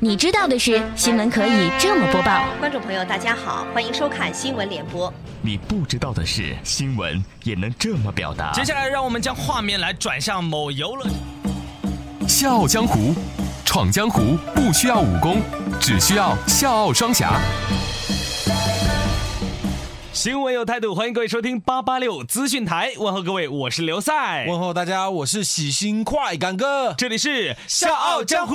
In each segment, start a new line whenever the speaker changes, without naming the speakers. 你知道的是，新闻可以这么播报。
观众朋友，大家好，欢迎收看新闻联播。
你不知道的是，新闻也能这么表达。
接下来，让我们将画面来转向某游乐。
笑傲江湖，闯江湖不需要武功，只需要笑傲双侠。
新闻有态度，欢迎各位收听八八六资讯台，问候各位，我是刘赛，
问候大家，我是喜新快感哥，
这里是笑傲江湖。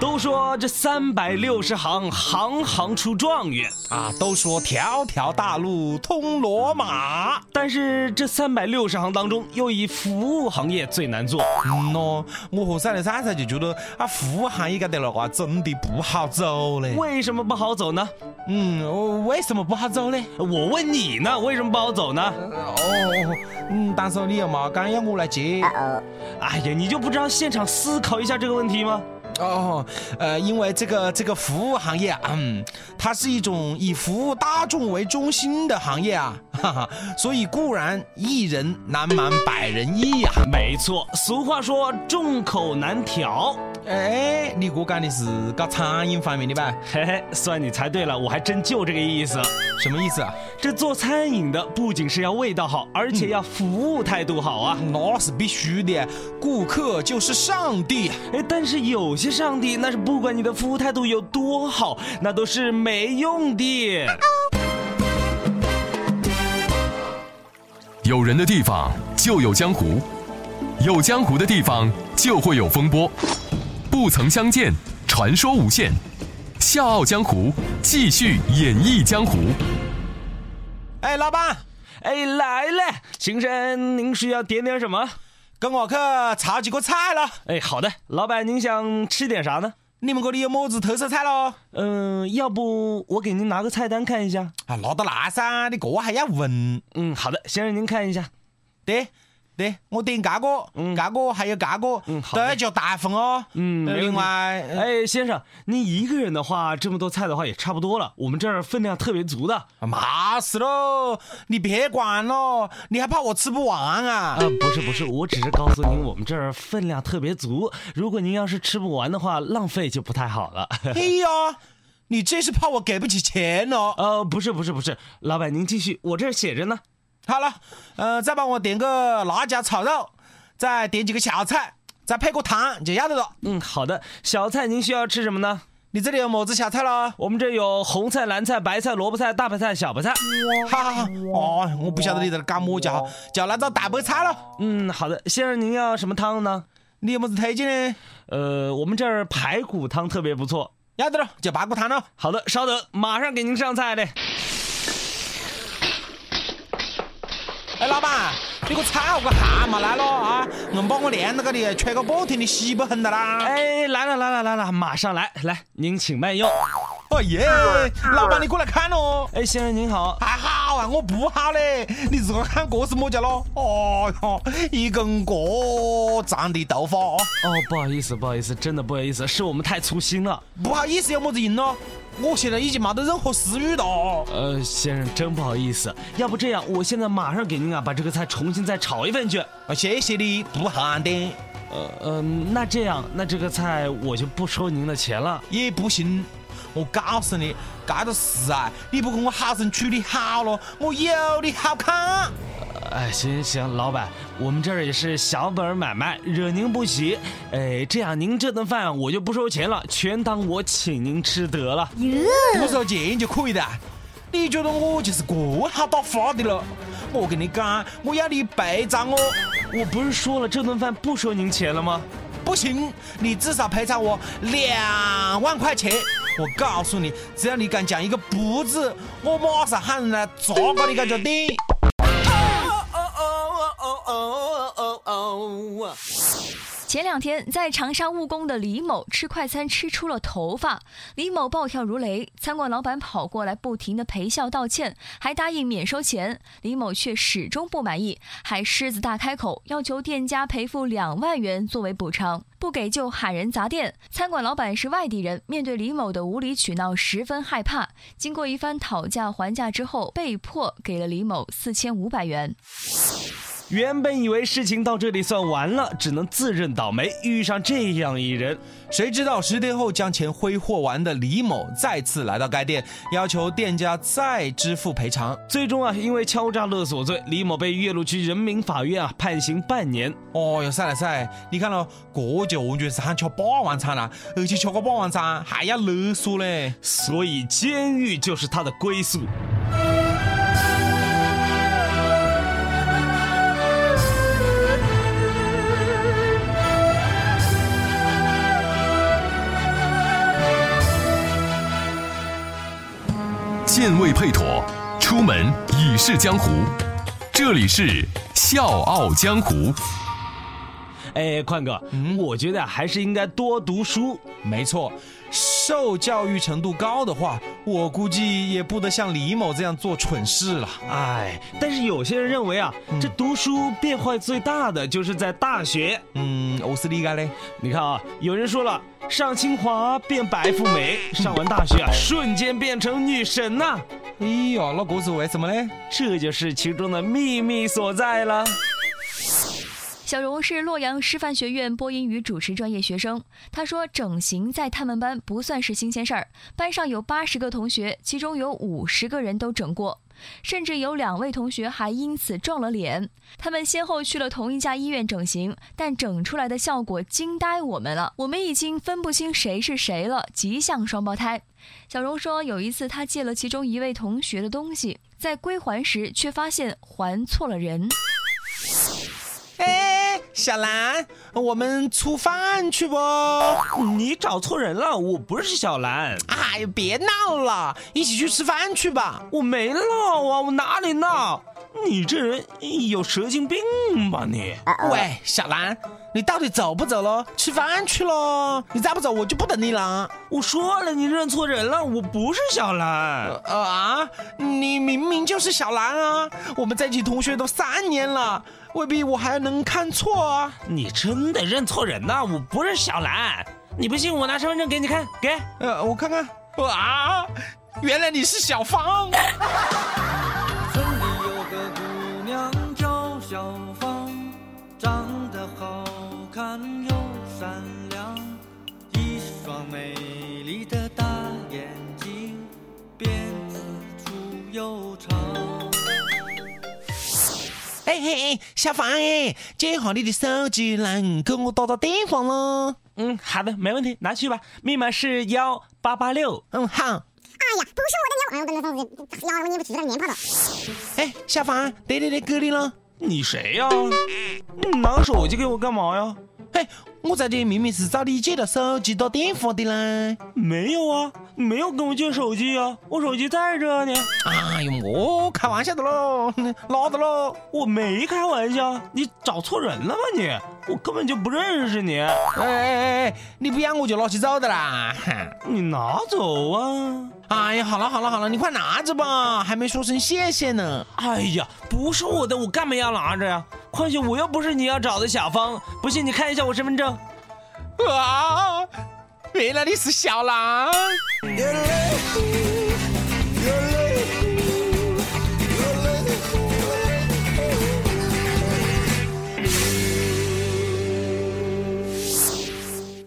都说这三百六十行，行行出状元，
啊，都说条条大路通罗马，
但是这三百六十行当中，又以服务行业最难做。
嗯哦，我和三零三三就觉得啊，服务行业搿条路啊，真的不好走嘞。
为什么不好走呢？
嗯，哦为什么不好走嘞？
我问你呢，为什么不好走呢？
哦，嗯，但是你又冇讲要我来接。
哎呀，你就不知道现场思考一下这个问题吗？
哦，呃，因为这个这个服务行业啊，嗯，它是一种以服务大众为中心的行业啊， 哈哈，所以固然一人难满百人意呀、
没错，俗话说众口难调。
哎，你哥讲的是搞餐饮方面的吧？
嘿嘿，算你猜对了，我还真就这个意思。
什么意思啊？
这做餐饮的不仅是要味道好，而且要服务态度好啊。
那是必须的，顾客就是上帝。
哎，但是有些上帝那是不管你的服务态度有多好，那都是没用的。
有人的地方就有江湖，有江湖的地方就会有风波。不曾相见，传说无限。笑傲江湖，继续演绎江湖。
哎，老板，
哎，来了，先生，您需要点点什么？
跟我去炒几个菜了。
哎，好的，老板，您想吃点啥呢？
你们这里有么子特色菜喽？
嗯、要不我给您拿个菜单看一下？
啊，拿得来噻，你这还要问？
嗯，好的，先生您看一下。
对对，我点这个，这个还有这个，
嗯好
都
的
要加大份哦。
嗯没
呃
问题
另外，呃
哎，先生，您一个人的话，这么多菜的话也差不多了。我们这儿分量特别足的。
呃麻死喽！你别管喽，你还怕我吃不 完啊？
呃，不是不是，我只是告诉您，我们这儿分量特别足。如果您要是吃不完的话，浪费就不太好 了。
嘿呀，哎你这是怕我给不起钱哦？
呃，不是不是不是，老板您继续，我这儿写着呢。
好了，呃，再帮我点个辣椒炒肉，再点几个小菜，再配个汤就要得了。
嗯，好的。小菜您需要吃什么呢？
你这里有么子小菜喽？
我们这有红菜、蓝菜、白菜、萝卜菜、大白菜、小白菜。
哈哈哈！哦，我不晓得你在这干么家伙，就来做大白菜了。
嗯，好的，先生您要什么汤呢？
你有么子推荐呢？
呃，我们这儿排骨汤特别不错。
要得了，就排骨汤喽。
好的，稍等，马上给您上菜嘞。
哎，老板，你个菜我个蛤蟆来了啊！硬把我晾在这里，吹个半天，你洗不很的啦？
哎，来了来了来了，马上来来，您请慢用。
哦耶，老板你过来看哦。
哎，先生您好，
还好啊，我不好嘞。你自个看这是么家咯？哦哟，一根个长的头发哦，
哦，不好意思不好意思，真的不好意思，是我们太粗心了。
不好意思，有么子用咯？我现在已经没得任何食欲了哦。
呃，先生真不好意思，要不这样，我现在马上给您啊把这个菜重新再炒一份去。
啊，谢谢你，不喊的
呃呃，那这样，那这个菜我就不收您的钱了。
也不行。我告诉你，这个事啊，你不跟我好生处理好了，我有你好看。
哎，行行行，老板，我们这儿也是小本买卖，惹您不喜。哎，这样您这顿饭我就不收钱了，全当我请您吃得了。
不收钱就可以的。你觉得我就是这好打发的了？我跟你讲，我要你哦赔偿我，
我不是说了这顿饭不收您钱了吗？
不行，你至少赔偿我两万块钱。我告诉你，只要你敢讲一个不字，我马上喊人来砸个你个家店。
前两天在长沙务工的李某吃快餐吃出了头发，李某暴跳如雷，餐馆老板跑过来不停的赔笑道歉，还答应免收钱，李某却始终不满意，还狮子大开口要求店家赔付两万元作为补偿。不给就喊人砸店。餐馆老板是外地人，面对李某的无理取闹十分害怕。经过一番讨价还价之后，被迫给了李某四千五百元。
原本以为事情到这里算完了，只能自认倒霉，遇上这样一人，
谁知道十天后将钱挥霍完的李某再次来到该店，要求店家再支付赔偿。
最终啊，因为敲诈勒索罪，李某被岳麓区人民法院啊判刑半年。
哦哟，塞了塞，你看咯，这就完全是喊吃霸王餐啦，而且吃个霸王餐还要勒索嘞。
所以监狱就是他的归宿。
剑未配妥，出门已是江湖。这里是笑傲江湖。
哎，宽哥，我觉得啊还是应该多读书。
没错，受教育程度高的话，我估计也不得像李某这样做蠢事了。
哎，但是有些人认为啊，这读书变坏最大的就是在大学。
嗯，我是理解嘞。
你看啊，有人说了，上清华变白富美，上完大学啊，瞬间变成女神呐、
哎呀，那这是为什么嘞？
这就是其中的秘密所在了。
小荣是洛阳师范学院播音与主持专业学生。他说，整形在他们班不算是新鲜事儿，班上有八十个同学，其中有五十个人都整过，甚至有两位同学还因此撞了脸。他们先后去了同一家医院整形，但整出来的效果惊呆我们了，我们已经分不清谁是谁了，极像双胞胎。小荣说，有一次他借了其中一位同学的东西，在归还时却发现还错了人。
哎，小兰，我们出饭去不？
你找错人了，我不是小兰，
哎，别闹了，一起去吃饭去吧。
我没闹啊，我哪里闹？你这人有蛇精病吧你？
啊喂，小兰，你到底走不走喽？吃饭去喽！你再不走，我就不等你了。
我说了，你认错人了，我不是小兰。
呃啊，你明明就是小兰啊！我们在一起同学都三年了，未必我还能看错啊。
你真的认错人呐，我不是小兰。你不信，我拿身份证给你看，给。
呃，我看看，啊，原来你是小芳。
村里有个姑娘叫小芳，长得好看又善良，一双美丽的大眼睛，辫子粗又长。
哎嘿嘿，小芳哎，借好你的手机啦，跟我打打电话喽。
嗯，好的，没问题，拿去吧。密码是幺八八六。
嗯，好。
哎呀，不是我的鸟，哎呦，等等等等，要我捏不起来，棉花的。
哎，小芳，得得得，给你了。
你谁呀、你嗯拿手机给我干嘛呀？
嘿，我在这明明是找你借的手机打电话的啦。
没有啊，你没有跟我借手机啊，我手机在这呢，
哎呦，我开玩笑的 喽，拉的喽。
我没开玩笑，你找错人了吧你？我根本就不认识你，
哎哎哎，你不要我就拿去走的啦。 哼
你拿走啊！
哎呀，好了好了好了，你快拿着吧，还没说声谢谢呢。
哎呀，不是我的，我干嘛要拿着呀？况且我又不是你要找的小芳，不信你看一下我身份证。
啊，原来你是小狼。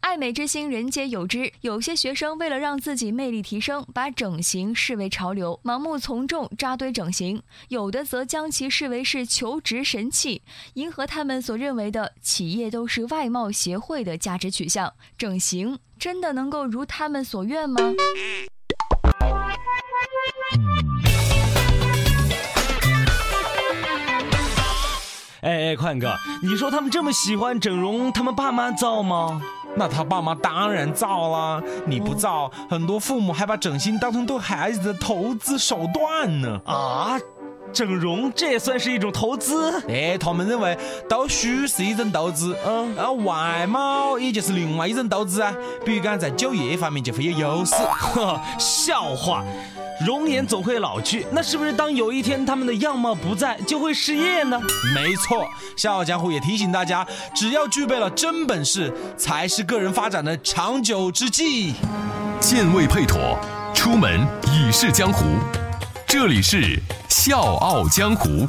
爱美之心，人皆有之。有些学生为了让自己魅力提升，把整形视为潮流，盲目从众，扎堆整形；有的则将其视为是求职神器，迎合他们所认为的企业都是外貌协会的价值取向。整形真的能够如他们所愿吗？
哎哎，宽哥，你说他们这么喜欢整容，他们爸妈造吗？
那他爸妈当然造啦，你不造，很多父母还把整形当成对孩子的投资手段呢。
啊，整容这也算是一种投资？
哎，他们认为读书是一种投资，
嗯
嗯，而外貌也就是另外一种投资啊。比如讲在就业方面就会有优势。
呵，笑话。容颜总会老去，那是不是当有一天他们的样貌不在，就会失业呢？
没错，笑傲江湖也提醒大家，只要具备了真本事，才是个人发展的长久之计。
剑未配妥，出门已是江湖。这里是笑傲江湖。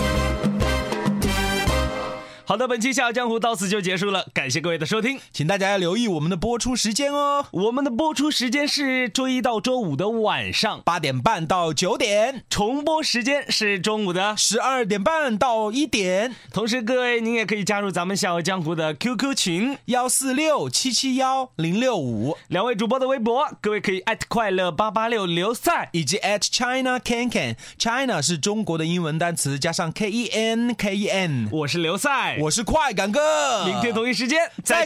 好的，本期《笑傲江湖》到此就结束了，感谢各位的收听。
请大家要留意我们的播出时间哦，
我们的播出时间是周一到周五的晚上，
八点半到九点，
重播时间是中午的。
十二点半到一点，
同时，各位您也可以加入咱们《笑傲江湖》的 QQ 群，
幺四六七七幺零六五，
两位主播的微博，各位可以艾特快乐八八六刘赛。
以及 at China Can Can。China 是中国的英文单词，加上 K E N K E N。
我是刘赛，
我是呃快感哥，
明天同一时间再
再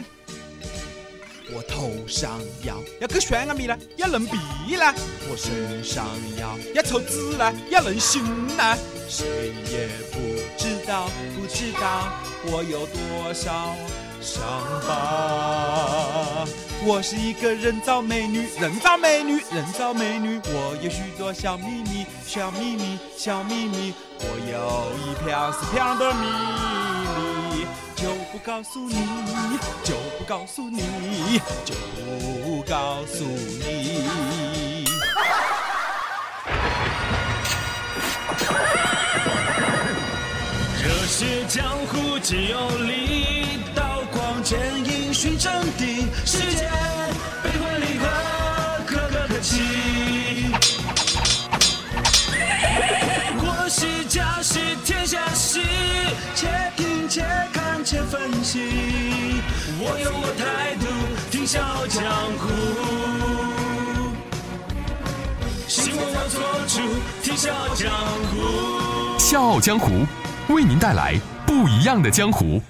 见
见。我头上摇要割悬啊崖米来，要人鼻来；我身上摇要抽脂来，要人心来。谁也不知道，不知道我有多少伤疤。我是一个人造美女，人造美女，人造美女。我有许多小秘密，小秘密，小秘密。我有一票是漂亮的秘密，就不告诉你，就不告诉你，就不告诉你。
热血江湖皆有力，刀光剑影寻真谛。世间悲欢离合，各个可期。国戏家戏天下戏，且听且看且分析。我有我态度，听笑傲江湖。新闻我做主，听笑傲江湖。
笑傲江湖为您带来不一样的江湖。